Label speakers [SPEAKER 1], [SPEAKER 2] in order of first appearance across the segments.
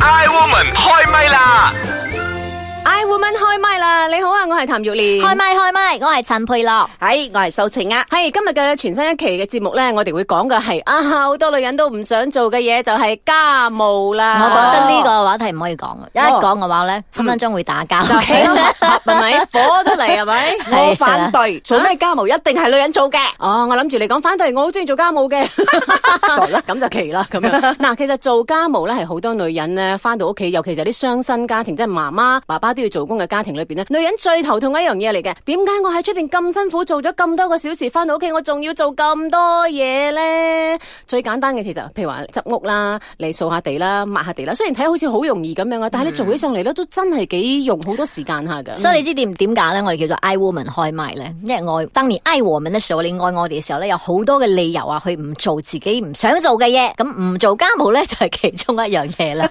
[SPEAKER 1] Iwoman 開唛啦！
[SPEAKER 2] I woman 開麥啦！你好啊，我係譚玉蓮。
[SPEAKER 3] 開咪開咪，我係陳佩
[SPEAKER 2] 啊
[SPEAKER 3] 樂。
[SPEAKER 4] 喺我係秀晴啊，
[SPEAKER 2] 係今日嘅全新一期嘅節目咧，我哋會講嘅係啊，好多女人都唔想做嘅嘢就係家務
[SPEAKER 3] 我
[SPEAKER 2] 啦。
[SPEAKER 3] 覺得呢個話題唔可以講，一講嘅話咧，分分鐘會打交。
[SPEAKER 2] 哦嗯就起咗盒，係咪火都嚟係咪？
[SPEAKER 3] 係
[SPEAKER 4] 我反對做咩家務一定係女人做嘅，
[SPEAKER 2] 哦，我諗住你講反對，我好中意做家務 嘅，傻啦， 咁就奇啦咁樣。嗱，其實做家務咧係好多女人咧翻到屋企，尤其是啲雙薪家庭，即係媽媽、爸爸都要做工嘅家庭裏邊咧，女人最頭痛嘅一樣嘢嚟嘅。點解我喺出邊咁辛苦做咗咁多個小時，翻到屋企我仲要做咁多嘢咧？最簡單嘅其實，譬如話執屋啦，你掃下地啦，抹下地啦。雖然睇好似好容易咁樣啊，
[SPEAKER 4] 嗯
[SPEAKER 2] 但係你做起上嚟咧都真係幾用好多時間下㗎。
[SPEAKER 3] 所以你知點點解咧？我哋叫做 I woman 開麥咧，因為我當年 I woman 嘅時候，你愛我哋嘅時候咧，有好多嘅理由啊，去唔做自己唔想做嘅嘢，咁唔做家務咧就係其中一樣 嘢啦。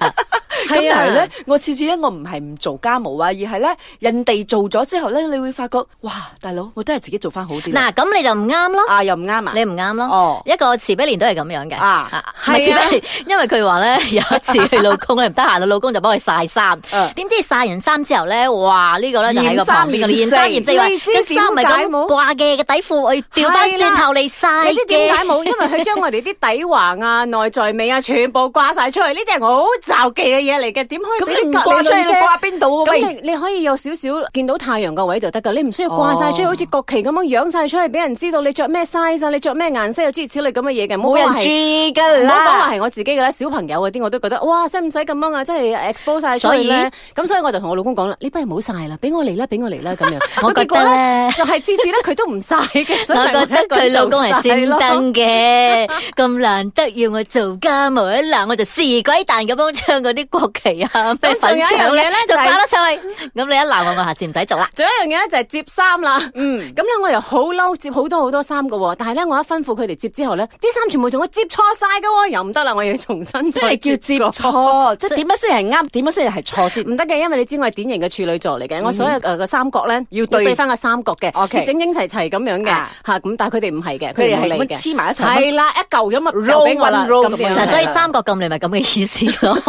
[SPEAKER 4] 咁
[SPEAKER 2] 啊
[SPEAKER 4] 但係咧，我次次咧我唔係唔做家務啊，而係咧人哋做咗之後咧，你會發覺哇，大佬我都係自己做翻好啲啦。
[SPEAKER 3] 嗱，咁你就唔啱咯，
[SPEAKER 4] 啊又唔啱啊，
[SPEAKER 3] 你唔啱咯。
[SPEAKER 4] 哦
[SPEAKER 3] 一個慈悲蓮都係咁樣嘅，
[SPEAKER 4] 啊
[SPEAKER 3] 唔係慈
[SPEAKER 2] 係啊
[SPEAKER 3] 悲 蓮，因為佢話咧 有一次佢老公咧唔得閒啦，老公就幫佢曬衫，
[SPEAKER 2] 啊
[SPEAKER 4] 嗯
[SPEAKER 3] 點知曬完衫之後咧，哇呢個咧就喺個
[SPEAKER 4] 嫌
[SPEAKER 3] 旁
[SPEAKER 4] 三
[SPEAKER 3] 邊個
[SPEAKER 4] 嫌
[SPEAKER 3] 連
[SPEAKER 4] 四
[SPEAKER 3] 衫嫌四話
[SPEAKER 2] 你知
[SPEAKER 3] 啲衫咪
[SPEAKER 2] 點解
[SPEAKER 3] 咁
[SPEAKER 2] 冇
[SPEAKER 3] 掛嘅，個底褲我要調翻轉頭嚟曬
[SPEAKER 2] 你知點解
[SPEAKER 3] 嘅。
[SPEAKER 2] 冇？因為佢將我哋啲底橫啊、
[SPEAKER 3] à,
[SPEAKER 2] 內在美啊，全部掛晒出去。呢啲係我好罩忌嘅嘢嚟嘅，點可以
[SPEAKER 4] 咁
[SPEAKER 2] 俾
[SPEAKER 4] 你唔
[SPEAKER 2] 隔離
[SPEAKER 4] 掛出去，你
[SPEAKER 2] 啫
[SPEAKER 4] 掛邊度啊？
[SPEAKER 2] 咁
[SPEAKER 4] 喂，
[SPEAKER 2] 你你可以有少少見到太陽個位就得㗎，你唔需要
[SPEAKER 3] Ờ.
[SPEAKER 2] 掛晒出去，
[SPEAKER 4] 哦
[SPEAKER 2] 好似國旗咁樣揚晒出去，俾人知道你着咩 size 啊，你着咩顏色啊，諸如此類咁嘅嘢嘅，唔好
[SPEAKER 4] 冇
[SPEAKER 2] 話
[SPEAKER 4] 人
[SPEAKER 2] 係
[SPEAKER 4] 注意㗎
[SPEAKER 2] 唔好講話
[SPEAKER 4] 啦。
[SPEAKER 2] 係我自己嘅啦，小朋友嗰啲我都覺得，哇，使唔使咁樣啊？真係 expose 晒出
[SPEAKER 3] 所
[SPEAKER 2] 去
[SPEAKER 3] 以
[SPEAKER 2] 咧。咁所以我就同我老公講啦，你不如唔好晒啦，俾我嚟啦，俾我嚟啦咁 樣。
[SPEAKER 3] 我覺
[SPEAKER 2] 咁結果
[SPEAKER 3] 得
[SPEAKER 2] 呢
[SPEAKER 3] 咧。
[SPEAKER 2] 就係次次咧，佢都唔晒嘅，所以
[SPEAKER 3] 我
[SPEAKER 2] 咪
[SPEAKER 3] 覺得
[SPEAKER 2] 一個人
[SPEAKER 3] 佢老公係
[SPEAKER 2] 做晒
[SPEAKER 3] 專
[SPEAKER 2] 咯
[SPEAKER 3] 登嘅，咁難得要我做家務一嗱，我就是鬼蛋咁樣唱嗰啲國旗啊咩
[SPEAKER 2] 仲有
[SPEAKER 3] 粉
[SPEAKER 2] 一樣
[SPEAKER 3] 腸
[SPEAKER 2] 嘢
[SPEAKER 3] 咧
[SPEAKER 2] 呢，
[SPEAKER 3] 就
[SPEAKER 2] 就係
[SPEAKER 3] 掛得上去。咁你一鬧我，我下次唔使做啦。
[SPEAKER 2] 仲有一樣嘢咧就係接衫啦，
[SPEAKER 4] 嗯，
[SPEAKER 2] 咁咧我又好嬲，接好多好多衫噶喎，但係咧我一吩咐佢哋接之後咧，啲衫全部仲我接錯晒噶喎，又唔得啦，我要重新
[SPEAKER 4] 即係
[SPEAKER 2] 再
[SPEAKER 4] 叫接 錯，即係點樣先係啱，點樣先係錯先？
[SPEAKER 2] 唔得嘅，因為你知我係典型嘅處女座嚟嘅，我所有誒個三角咧
[SPEAKER 4] 要對
[SPEAKER 2] 對翻個三角嘅，
[SPEAKER 4] OK
[SPEAKER 2] 要整整齊齊咁樣嘅
[SPEAKER 4] 啊
[SPEAKER 2] 嚇，咁但係佢哋唔係嘅，
[SPEAKER 4] 佢哋
[SPEAKER 2] 唔
[SPEAKER 4] 係
[SPEAKER 2] 理
[SPEAKER 4] 咁
[SPEAKER 2] 嘅，
[SPEAKER 4] 黐埋一齊，
[SPEAKER 2] 係啦，一嚿咁啊又俾我啦
[SPEAKER 4] Roll
[SPEAKER 2] 咁
[SPEAKER 4] one roll 咁樣
[SPEAKER 2] 樣，
[SPEAKER 3] 嗱，所以
[SPEAKER 4] 係啦
[SPEAKER 3] 三角咁你咪咁嘅意思 咯。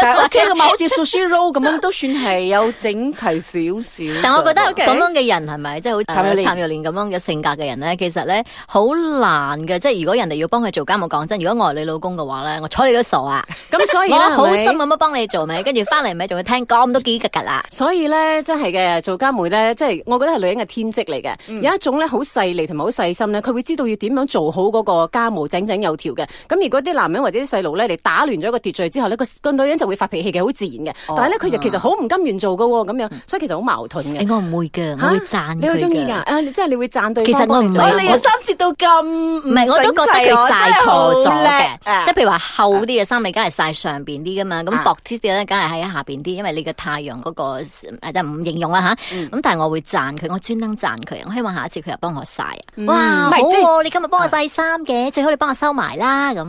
[SPEAKER 4] 但係 OK 噶嘛，好似 sushi roll 咁樣都算係有整齊少少。哦
[SPEAKER 3] 但我覺得
[SPEAKER 2] OK
[SPEAKER 3] 咁樣嘅人係咪即係好似
[SPEAKER 4] 譚玉蓮
[SPEAKER 3] 譚玉蓮咁樣嘅性格嘅人咧，其實咧好難嘅。即係如果人哋要幫佢做家務，講真，如果我係你老公嘅話咧，我睬你都傻 啊！
[SPEAKER 2] 咁所以
[SPEAKER 3] 我
[SPEAKER 2] 咧係
[SPEAKER 3] 好
[SPEAKER 2] 咪
[SPEAKER 3] 心咁樣幫你做咪，跟住翻嚟咪仲要聽咁多幾格啊格 啦。
[SPEAKER 2] 所以咧，真係嘅，做家妹咧，即係我覺得係女人嘅天職嚟嘅。
[SPEAKER 3] 嗯
[SPEAKER 2] 有一種咧好細膩同埋好細心咧，佢會知道要點樣做好嗰個家務井井有條嘅。咁如果啲男人或者啲細路咧，你打亂咗個秩序之後咧，個個女人就會發脾氣嘅，好自然嘅。哦但係咧，
[SPEAKER 3] 啊
[SPEAKER 2] 佢就其實好唔甘願做嘅喎，咁樣，所以其實好矛盾嘅。
[SPEAKER 3] 哎誒，我唔會嘅，我會讚
[SPEAKER 2] 你好
[SPEAKER 3] 嗯佢
[SPEAKER 2] 中意㗎？
[SPEAKER 3] 嘅。
[SPEAKER 2] 啊，你即係你會讚對
[SPEAKER 3] 其實
[SPEAKER 2] 方幫
[SPEAKER 3] 我唔
[SPEAKER 2] 做
[SPEAKER 3] 係
[SPEAKER 2] 嘢
[SPEAKER 4] 哦，你
[SPEAKER 3] 我
[SPEAKER 4] 嘅衫折到咁唔
[SPEAKER 3] 唔係，我都覺得佢曬錯咗嘅，即係
[SPEAKER 4] 係
[SPEAKER 3] 譬如話厚啲嘅衫，你梗係曬上邊啲噶嘛，咁
[SPEAKER 4] 啊
[SPEAKER 3] 薄啲嘅咧，梗係喺下邊啲，因為你嘅太陽嗰個誒呃就唔形容啦吓。
[SPEAKER 4] 嗯
[SPEAKER 3] 咁但係我會讚佢，我專登讚佢，我希望下一次佢又幫我曬啊！
[SPEAKER 2] 嗯
[SPEAKER 3] 哇，
[SPEAKER 4] 唔
[SPEAKER 3] 好
[SPEAKER 4] 係即係
[SPEAKER 3] 喎，你今日幫我曬衫嘅，最好你幫我收埋啦咁。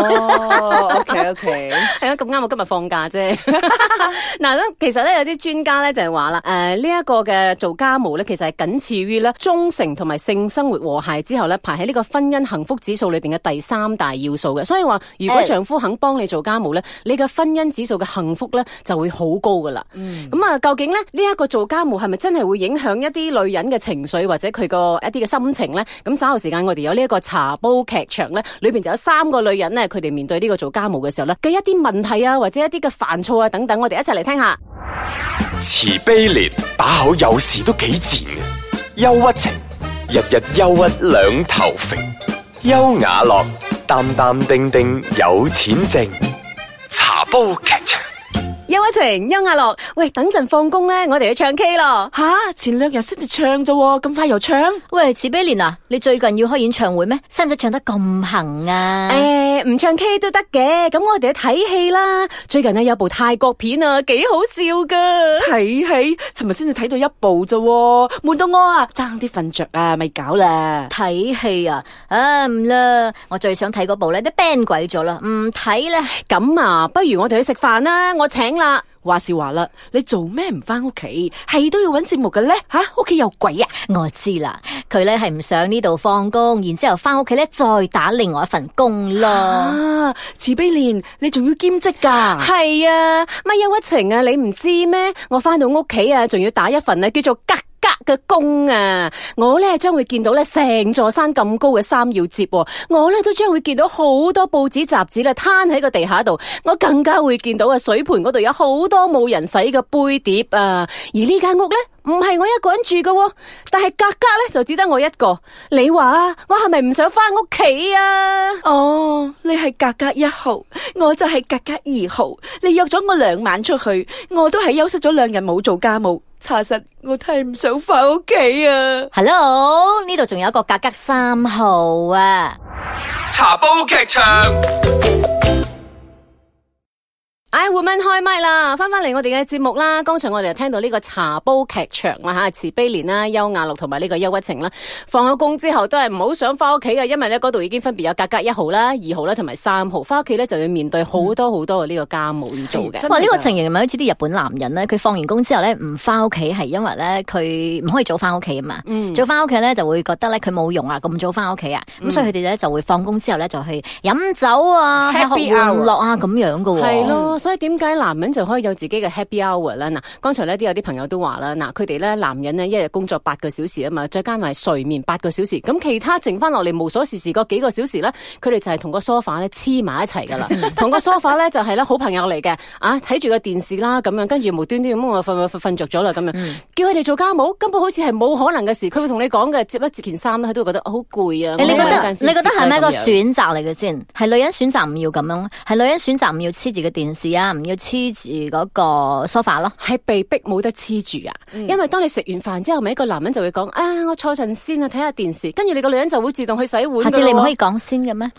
[SPEAKER 4] 哦，OK OK，
[SPEAKER 2] 係啊，咁啱我今日放假啫。 嗱，咁其實咧有啲專家咧就係話啦，誒呢一個嘅做家務咧，其實係僅次於咧忠誠同埋性生活和諧之後咧，排喺呢個婚姻幸福指數裏邊嘅第三大要素嘅。所以話，如果
[SPEAKER 4] 誒
[SPEAKER 2] 丈夫肯幫你做家務咧，你嘅婚姻指數嘅幸福咧就會好高噶啦。
[SPEAKER 4] 嗯，
[SPEAKER 2] 咁啊，究竟咧呢一個做家務係咪真係會影響一啲女人嘅情緒或者佢個一啲嘅心情咧？咁稍後時間我哋有呢一個茶煲劇場咧，裏邊就有三個女人咧，佢哋面對呢個做家務嘅時候咧嘅一啲問題啊，或者一啲嘅煩躁啊等等，我哋一齊嚟聽下。
[SPEAKER 1] 慈悲蓮把口有時都幾賤嘅，憂鬱情日日憂鬱兩頭肥，優雅樂淡淡定定有錢剩，茶煲劇場。
[SPEAKER 2] 邱一晴、邱亞樂，喂，等陣放工咧，我哋去唱 K 咯。
[SPEAKER 4] 吓前兩日先至唱咋喎，咁快又唱？
[SPEAKER 3] 喂，慈悲蓮啊，你最近要開演唱會咩？使唔使唱得咁行
[SPEAKER 2] 嗯
[SPEAKER 3] 啊？
[SPEAKER 2] 誒，唔唱 K 都得嘅，咁我哋去睇戲啦。最近咧有部泰國片啊，幾好笑噶。
[SPEAKER 4] 睇戲，尋日先至睇到一部咋喎，悶到我啊，爭啲瞓着啊，咪搞啦。
[SPEAKER 3] 睇戲啊，啊唔啦，我最想睇嗰部咧都 ban 鬼咗啦，唔睇啦。
[SPEAKER 2] 咁啊，不如我哋去食飯啦，我請啦。
[SPEAKER 4] 話是話啦，你做咩唔翻屋企？係都要揾節目嘅咧吓，屋企有鬼啊！
[SPEAKER 3] 我知啦，佢咧係唔想呢度放工，然之後翻屋企咧再打另外一份工咯。
[SPEAKER 4] 啊，慈悲蓮，你仲要兼職㗎？
[SPEAKER 2] 系啊，乜憂鬱情啊？你唔知咩？我翻到屋企啊，仲要打一份啊，叫做格格嘅工啊！我咧將會見到咧成座山咁高嘅三耀節喎，我咧都將會見到好多報紙雜誌咧攤喺個地下度，我更加會見到啊水盆嗰度有好多冇人洗嘅杯碟啊！而呢間屋咧。唔係我一個人住嘅喎，但係格格咧就只得我一個。你話啊，我係咪唔想翻屋企啊？
[SPEAKER 4] 哦，你係格格一號，我就係格格二號。你約咗我兩晚出去，我都係休息咗兩日冇做家務。查實我太唔想翻屋企啊！
[SPEAKER 3] Hello，呢度仲有一個格格三號啊。
[SPEAKER 1] 茶煲劇場。
[SPEAKER 2] I woman 開麥啦，翻翻嚟我哋嘅節目啦。剛才我哋就聽到呢個茶煲劇場啦吓，慈悲蓮啦、優雅樂同埋呢個憂鬱情啦。放咗工之後都係唔好想翻屋企嘅，因為咧嗰度已經分別有格格一號啦、二號啦同埋三號。翻屋企咧就要面對好多好多嘅呢個家務要做嘅。
[SPEAKER 4] 嗯真係
[SPEAKER 3] 哇！呢個
[SPEAKER 4] 㗎
[SPEAKER 3] 情形咪好似啲日本男人咧，佢放完工之後咧唔翻屋企，係因為咧佢唔可以早翻屋企啊嘛。
[SPEAKER 2] 嗯
[SPEAKER 3] 早翻屋企咧就會覺得咧佢冇用啊，咁早翻屋企啊，咁所以佢哋咧就會放工之後咧就去飲酒啊、吃喝
[SPEAKER 4] Happy
[SPEAKER 3] 玩樂啊咁樣噶喎。
[SPEAKER 2] 係咯，所以點解男人就可以有自己嘅 happy hour 咧？嗱，剛才呢啲有啲朋友都話啦，嗱，佢哋咧男人呢一日工作八個小時啊嘛，再加埋睡眠八個小時，咁其他剩翻落嚟無所事事嗰幾個小時咧，佢哋就係同個 sofa 咧黐埋一齊噶 啦，同個 sofa 咧就係咧好朋友嚟嘅，啊睇住個電視啦咁樣，跟住無端端咁我瞓瞓瞓着咗啦咁樣，
[SPEAKER 3] 嗯
[SPEAKER 2] 叫佢哋做家務根本好似係冇可能嘅事，佢會同你講嘅，接一接件衫咧，佢都會覺得好攰啊。
[SPEAKER 3] 你覺
[SPEAKER 2] 我搵
[SPEAKER 3] 得
[SPEAKER 2] 間
[SPEAKER 3] 你
[SPEAKER 2] 先
[SPEAKER 3] 覺得
[SPEAKER 2] 接
[SPEAKER 3] 係咪一個
[SPEAKER 2] 咁樣
[SPEAKER 3] 選擇嚟嘅先？係女人選擇唔要咁樣，係女人選擇唔要黐住個電視啊，唔要黐住嗰個 sofa 咯。
[SPEAKER 2] 係被逼冇得黐住啊！因為當你食完飯之後，咪一個男人就會講啊，我坐陣先啊，睇下電視。跟住你個女人就會自動去洗碗㗎
[SPEAKER 3] 下次你唔
[SPEAKER 2] 咯
[SPEAKER 3] 可以講先 嘅咩？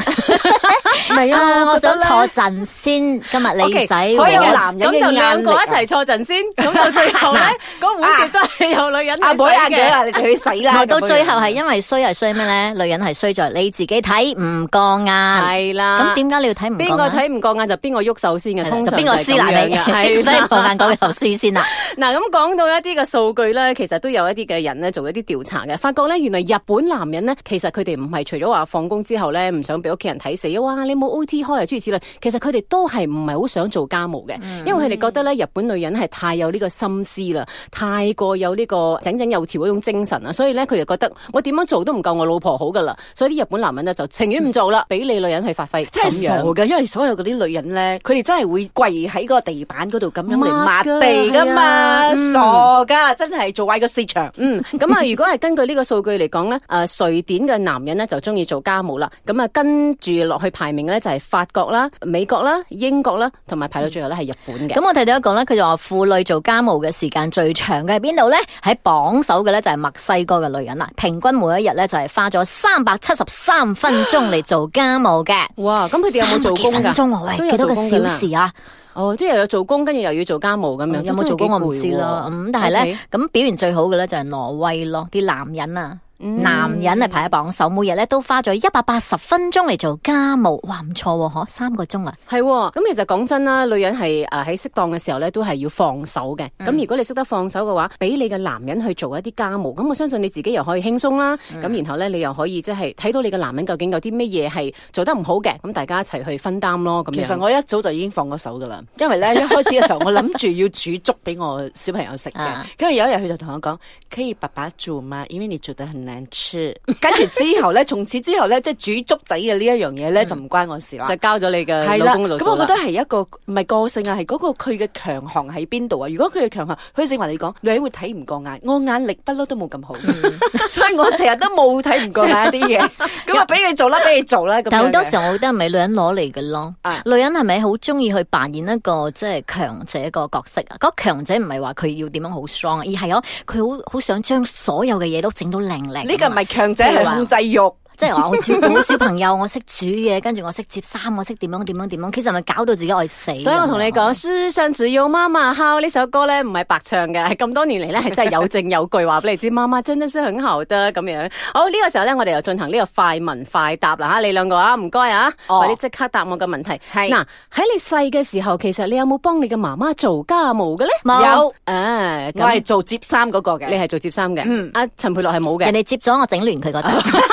[SPEAKER 4] 唔係
[SPEAKER 3] 啊，我
[SPEAKER 4] 覺得
[SPEAKER 3] 想
[SPEAKER 4] 呢
[SPEAKER 3] 坐陣先，今日
[SPEAKER 2] OK，
[SPEAKER 3] 你洗
[SPEAKER 2] 所有
[SPEAKER 4] 有
[SPEAKER 2] 男
[SPEAKER 3] 碗
[SPEAKER 4] 男
[SPEAKER 2] 人咁
[SPEAKER 4] 人嘅
[SPEAKER 2] 就
[SPEAKER 4] 壓
[SPEAKER 2] 兩
[SPEAKER 4] 力
[SPEAKER 2] 個一
[SPEAKER 4] 啊
[SPEAKER 2] 齊坐陣先，咁到最後 咧，嗰碗碟都係由女人
[SPEAKER 4] 阿
[SPEAKER 2] 去洗
[SPEAKER 4] 妹阿姐
[SPEAKER 2] 嘅。
[SPEAKER 4] 啊，你哋去洗啦。
[SPEAKER 3] 唔係到最後係
[SPEAKER 4] 一
[SPEAKER 3] 因為衰係衰咩咧？女人係衰在你自己睇唔過眼。
[SPEAKER 2] 係啦，
[SPEAKER 3] 咁點解你要睇唔
[SPEAKER 2] 邊
[SPEAKER 3] 過
[SPEAKER 2] 個
[SPEAKER 3] 眼？
[SPEAKER 2] 睇唔過眼就邊個喐手先嘅，
[SPEAKER 3] 係
[SPEAKER 2] 通
[SPEAKER 3] 啦就
[SPEAKER 2] 常
[SPEAKER 3] 邊
[SPEAKER 2] 就
[SPEAKER 3] 個
[SPEAKER 2] 係
[SPEAKER 3] 輸
[SPEAKER 2] 咁
[SPEAKER 3] 啦？
[SPEAKER 2] 樣
[SPEAKER 3] 你
[SPEAKER 2] 嘅 係
[SPEAKER 3] 邊個
[SPEAKER 2] 啦
[SPEAKER 3] 睇過眼嗰頭輸先啦。
[SPEAKER 2] 嗱，咁講到一啲嘅數據咧，其實都有一啲嘅人咧做一啲調查嘅，發覺咧原來日本男人咧，其實佢哋唔係除咗話放工之後咧唔想俾屋企人睇死，哇你冇 OT 開啊諸如此類，其實佢哋都係唔係好想做家務嘅，因為佢哋覺得咧日本女人係太有呢個心思啦，太過有呢個井井有條嗰種精神啊，所以咧佢哋覺得我點樣做都唔夠我老婆好噶啦，所以啲日本男人咧就情願唔做啦，俾你女人去發揮，
[SPEAKER 4] 真係
[SPEAKER 2] 咁
[SPEAKER 4] 傻
[SPEAKER 2] 樣
[SPEAKER 4] 嘅，因為所有嗰啲女人咧，佢哋真係會跪喺個地板嗰度咁樣嚟
[SPEAKER 2] 抹
[SPEAKER 4] 抹
[SPEAKER 2] 㗎
[SPEAKER 4] 地噶
[SPEAKER 2] 係啊
[SPEAKER 4] 嘛，
[SPEAKER 2] 嗯
[SPEAKER 4] 傻噶，真係做壞個市場。
[SPEAKER 2] 嗯，咁啊，如果係根據呢個數據嚟講咧，誒、瑞典嘅男人咧就中意做家務啦。咁啊，跟住落去排名咧就係法國啦、美國啦、英國啦，同埋排到最後咧係日本嘅。
[SPEAKER 3] 咁我睇到一個咧，佢就話婦女做家務嘅時間最長嘅係邊度咧？喺榜首嘅咧就係墨西哥嘅女人啦，平均每一日咧就係花咗三百七十三分鐘嚟做家務嘅。
[SPEAKER 2] 嗯哇！咁佢哋有冇做工
[SPEAKER 3] 三百幾分
[SPEAKER 2] 㗎？
[SPEAKER 3] 鐘啊？
[SPEAKER 2] 都
[SPEAKER 3] 喂，
[SPEAKER 2] 有
[SPEAKER 3] 幾多
[SPEAKER 2] 做
[SPEAKER 3] 個
[SPEAKER 2] 工㗎
[SPEAKER 3] 小
[SPEAKER 2] 啦
[SPEAKER 3] 時啊？
[SPEAKER 2] 哦，即係又有做工，跟住又要嗯做家務咁樣。
[SPEAKER 3] 有冇做工我唔知啦。咁但係咧
[SPEAKER 2] OK，
[SPEAKER 3] 咁表現最好嘅咧就係挪威咯，啲男人啊。
[SPEAKER 2] 嗯
[SPEAKER 3] 男人係排喺榜首，每日咧都花咗一百八十分鐘嚟做家務，哇唔錯喎，嗬，三個鐘啊！
[SPEAKER 2] 係喎，咁其實講真啦，女人係誒喺適當嘅時候咧，都係要放手嘅。咁、
[SPEAKER 4] 嗯
[SPEAKER 2] 如果你識得放手嘅話，俾你嘅男人去做一啲家務，咁我相信你自己又可以輕鬆啦。
[SPEAKER 4] 嗯
[SPEAKER 2] 咁、然後咧，你又可以即係睇到你嘅男人究竟有啲咩嘢係做得唔好嘅，咁大家一齊去分擔咯。咁樣
[SPEAKER 4] 其實我一早就已經放咗手噶啦，因為咧 一開始嘅時候我諗住要煮粥俾我小朋友食嘅
[SPEAKER 3] 啊，
[SPEAKER 4] 跟住有一日佢就同我講：可以爸爸做嘛，因為你做得很難吃。 跟住之後咧，從此之後咧，即係煮粥仔嘅呢一樣嘢咧
[SPEAKER 3] 嗯
[SPEAKER 4] 就唔關我事啦
[SPEAKER 2] 就。交咗你嘅
[SPEAKER 3] 呃
[SPEAKER 4] 係
[SPEAKER 2] 老
[SPEAKER 4] 啦，
[SPEAKER 2] 公嗰度
[SPEAKER 4] 咁
[SPEAKER 2] 做
[SPEAKER 4] 我
[SPEAKER 2] 啦
[SPEAKER 4] 覺得係一個唔係個性啊，係嗰個佢嘅強項喺邊度啊？如果佢嘅強項，佢正話你講，女人會睇唔過眼，我眼力不嬲都冇咁好，
[SPEAKER 3] 嗯
[SPEAKER 4] 所以我成日都冇睇唔過眼一啲嘢。 咁啊，俾佢做啦，俾佢做啦。咁
[SPEAKER 3] 但好
[SPEAKER 4] 樣
[SPEAKER 3] 多
[SPEAKER 4] 嘅
[SPEAKER 3] 時候，我覺得係咪女人攞嚟嘅咯
[SPEAKER 4] 啊？
[SPEAKER 3] 女人係咪好中意去扮演一個即係強者個角色啊？嗰強者唔係話佢要點樣好 strong，啊而係我佢好好想將所有嘅嘢都整到靚靚。
[SPEAKER 4] 呢個唔係強者，
[SPEAKER 3] 譬如
[SPEAKER 4] 係
[SPEAKER 3] 話
[SPEAKER 4] 控制欲。
[SPEAKER 3] 即係 話我照顧好小朋友，我識煮嘢，跟住我識摺衫，我識點樣點樣點樣，其實咪搞到自己愛死。啊
[SPEAKER 2] 所以我同你講，《 書上只要媽媽好》呢首歌咧，唔係白唱嘅，係咁多年嚟咧，係真係有證有據話俾你知，媽媽真的是很好的咁樣。好呢、個時候咧，我哋又進行呢個快問快答啦嚇，你兩個啊，唔該啊，
[SPEAKER 4] 哦
[SPEAKER 2] 快啲即刻答我嘅問題。
[SPEAKER 4] 係
[SPEAKER 2] 嗱，喺你細嘅時候，其實你有冇幫你嘅媽媽做家務嘅咧？
[SPEAKER 3] 冇
[SPEAKER 4] 有
[SPEAKER 2] 啊，
[SPEAKER 4] 我係
[SPEAKER 2] 咁
[SPEAKER 4] 做接衫嗰個嘅，
[SPEAKER 2] 你係做接衫嘅，
[SPEAKER 4] 嗯
[SPEAKER 2] 阿陳佩樂係冇嘅
[SPEAKER 3] 人， 哋接咗我整亂佢嗰
[SPEAKER 4] 啊
[SPEAKER 3] 陣，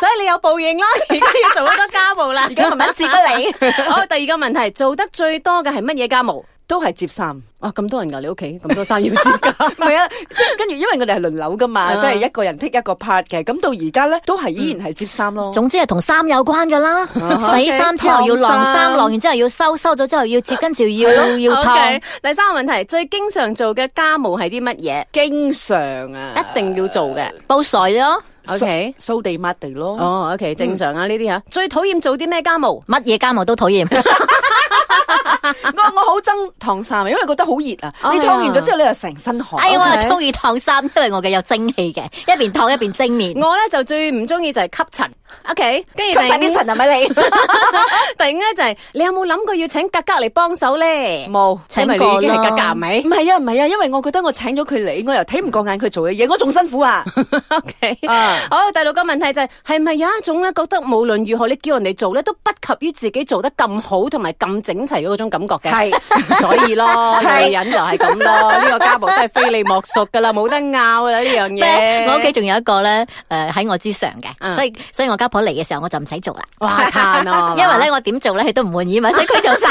[SPEAKER 2] 所以你有報應啦， 而家要做好多家務啦。
[SPEAKER 4] 而家慢慢接 啊你，
[SPEAKER 2] 好，第二個問題，做得最多嘅係乜嘢家務？
[SPEAKER 4] 都係接衫。
[SPEAKER 2] 哇，咁多人㗎，你屋企咁多衫要接㗎。
[SPEAKER 4] 唔係啊，即係跟住因為我哋係輪流噶嘛，
[SPEAKER 2] 啊
[SPEAKER 4] 即係一個人剔一個 part 嘅，咁到而家咧都係依然係接衫咯。
[SPEAKER 3] 總之係同衫有關㗎啦。
[SPEAKER 4] 哦 OK，
[SPEAKER 3] 洗衫之後要晾
[SPEAKER 4] 燙
[SPEAKER 3] 衫，
[SPEAKER 4] 衫哦
[SPEAKER 3] 晾完之後要收，收咗之後要接，跟住 要要
[SPEAKER 2] O
[SPEAKER 3] 燙
[SPEAKER 2] K，。第三個問題，最經常做嘅家務係啲乜嘢？
[SPEAKER 4] 經常啊，
[SPEAKER 2] 一定要做嘅。
[SPEAKER 3] 煲水咯，
[SPEAKER 2] O K，
[SPEAKER 4] 掃地抹地咯。
[SPEAKER 2] 哦，O K，正常啊呢啲吓。最討厭做啲咩家務？
[SPEAKER 3] 乜嘢家務都討厭。
[SPEAKER 4] 我我好憎燙衫，因為覺得好熱啊！
[SPEAKER 2] 哎
[SPEAKER 4] 你
[SPEAKER 2] 呀
[SPEAKER 4] 燙完咗之後，你又成身汗。
[SPEAKER 3] 哎，我
[SPEAKER 2] OK
[SPEAKER 3] 又中意燙衫，因為我嘅有蒸氣嘅，一邊燙一邊蒸面。
[SPEAKER 2] 我咧就最唔中意就係吸塵。O K，跟住
[SPEAKER 4] 吸
[SPEAKER 2] 第
[SPEAKER 4] 晒啲
[SPEAKER 2] 五
[SPEAKER 4] 塵係咪你？
[SPEAKER 2] 第五咧就係你有冇諗過要請格格嚟幫手咧？
[SPEAKER 4] 冇。
[SPEAKER 3] 請
[SPEAKER 2] 因為你已經係
[SPEAKER 3] 過啦
[SPEAKER 2] 格格係咪
[SPEAKER 4] 唔係啊，唔係啊，因為我覺得我請咗佢嚟，我又睇唔過眼佢做嘅嘢，我仲辛苦 啊！
[SPEAKER 2] ？O K。
[SPEAKER 4] 啊
[SPEAKER 2] 好，第六個問題就係係咪有一種咧覺得無論如何你叫人哋做咧都不及於自己做得咁好同埋咁整齊嗰種感覺嘅？
[SPEAKER 4] 係
[SPEAKER 2] 所以咯，
[SPEAKER 4] 係
[SPEAKER 2] 女人就係咁 咯，呢個家務真係非你莫屬噶啦，冇得拗啦呢樣嘢。
[SPEAKER 3] 我屋 企仲有一個咧，誒喺我之上
[SPEAKER 2] 嗯
[SPEAKER 3] 嘅，所以所以我家婆嚟嘅時候我就唔使做啦，
[SPEAKER 2] 哇 嘆啊，
[SPEAKER 3] 因為咧我點做咧佢都唔滿意嘛，所以佢做晒。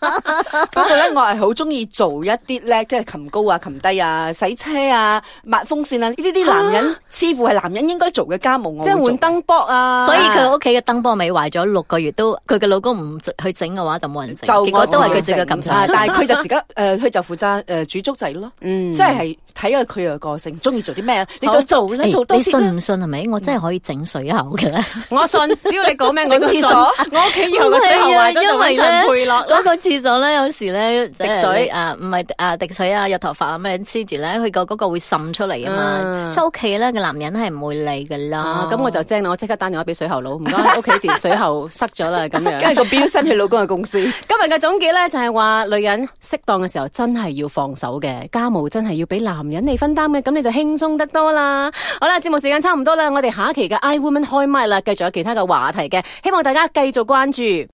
[SPEAKER 4] 不過咧，我係好中意做一啲咧，即係擒高啊、擒低啊、洗車啊、抹風扇啊，呢啲啲男人似乎係男人應該做嘅家務，我
[SPEAKER 2] 即係
[SPEAKER 4] 換
[SPEAKER 2] 換燈煲啊，
[SPEAKER 3] 所以佢屋企嘅燈波尾壞咗六個月都，佢嘅老公唔去整嘅話就冇人整，
[SPEAKER 4] 就
[SPEAKER 3] 結果都係佢自己
[SPEAKER 4] 嘅
[SPEAKER 3] 咁
[SPEAKER 4] 啊
[SPEAKER 3] 上。
[SPEAKER 4] 但係佢就自己誒，呃 佢就負責誒煮粥仔咯，
[SPEAKER 2] 嗯
[SPEAKER 4] 即係睇下佢嘅個性，中意做啲咩，啊你就做啦，
[SPEAKER 3] 誒
[SPEAKER 4] 做多
[SPEAKER 3] 哎你
[SPEAKER 4] 啲
[SPEAKER 3] 信啊
[SPEAKER 4] 啦。
[SPEAKER 3] 唔信係咪？我真係可以整水喉嘅咧。
[SPEAKER 2] 我 信，只要你講咩我都信。
[SPEAKER 4] 整廁所
[SPEAKER 2] 我屋企以後個水喉壞咗就
[SPEAKER 3] 因為
[SPEAKER 2] 揾
[SPEAKER 3] 咧
[SPEAKER 2] 陳配落啦
[SPEAKER 3] 嗰。個廁所咧，有時咧滴
[SPEAKER 2] 水
[SPEAKER 3] 啊，唔係啊滴水啊，有頭髮啊咩黐住咧，佢個嗰個會滲出嚟啊哦
[SPEAKER 2] 嗯
[SPEAKER 3] 嘛。即係屋企咧嘅男人係唔會理噶啦
[SPEAKER 2] 啊，。咁我就精啦，我即刻打電話俾水喉佬，唔該，屋企條水喉塞咗啦，咁樣。
[SPEAKER 4] 跟住個表新佢老公嘅公司，
[SPEAKER 2] 今日嘅總結咧就係話，女人適當嘅時候真係要放手嘅，家務真係要俾男人嚟分擔嘅，咁你就輕鬆得多啦。好啦，節目時間差唔多啦，我哋下一期嘅 I Woman 開麥啦，繼續有其他嘅話題嘅，希望大家繼續關注。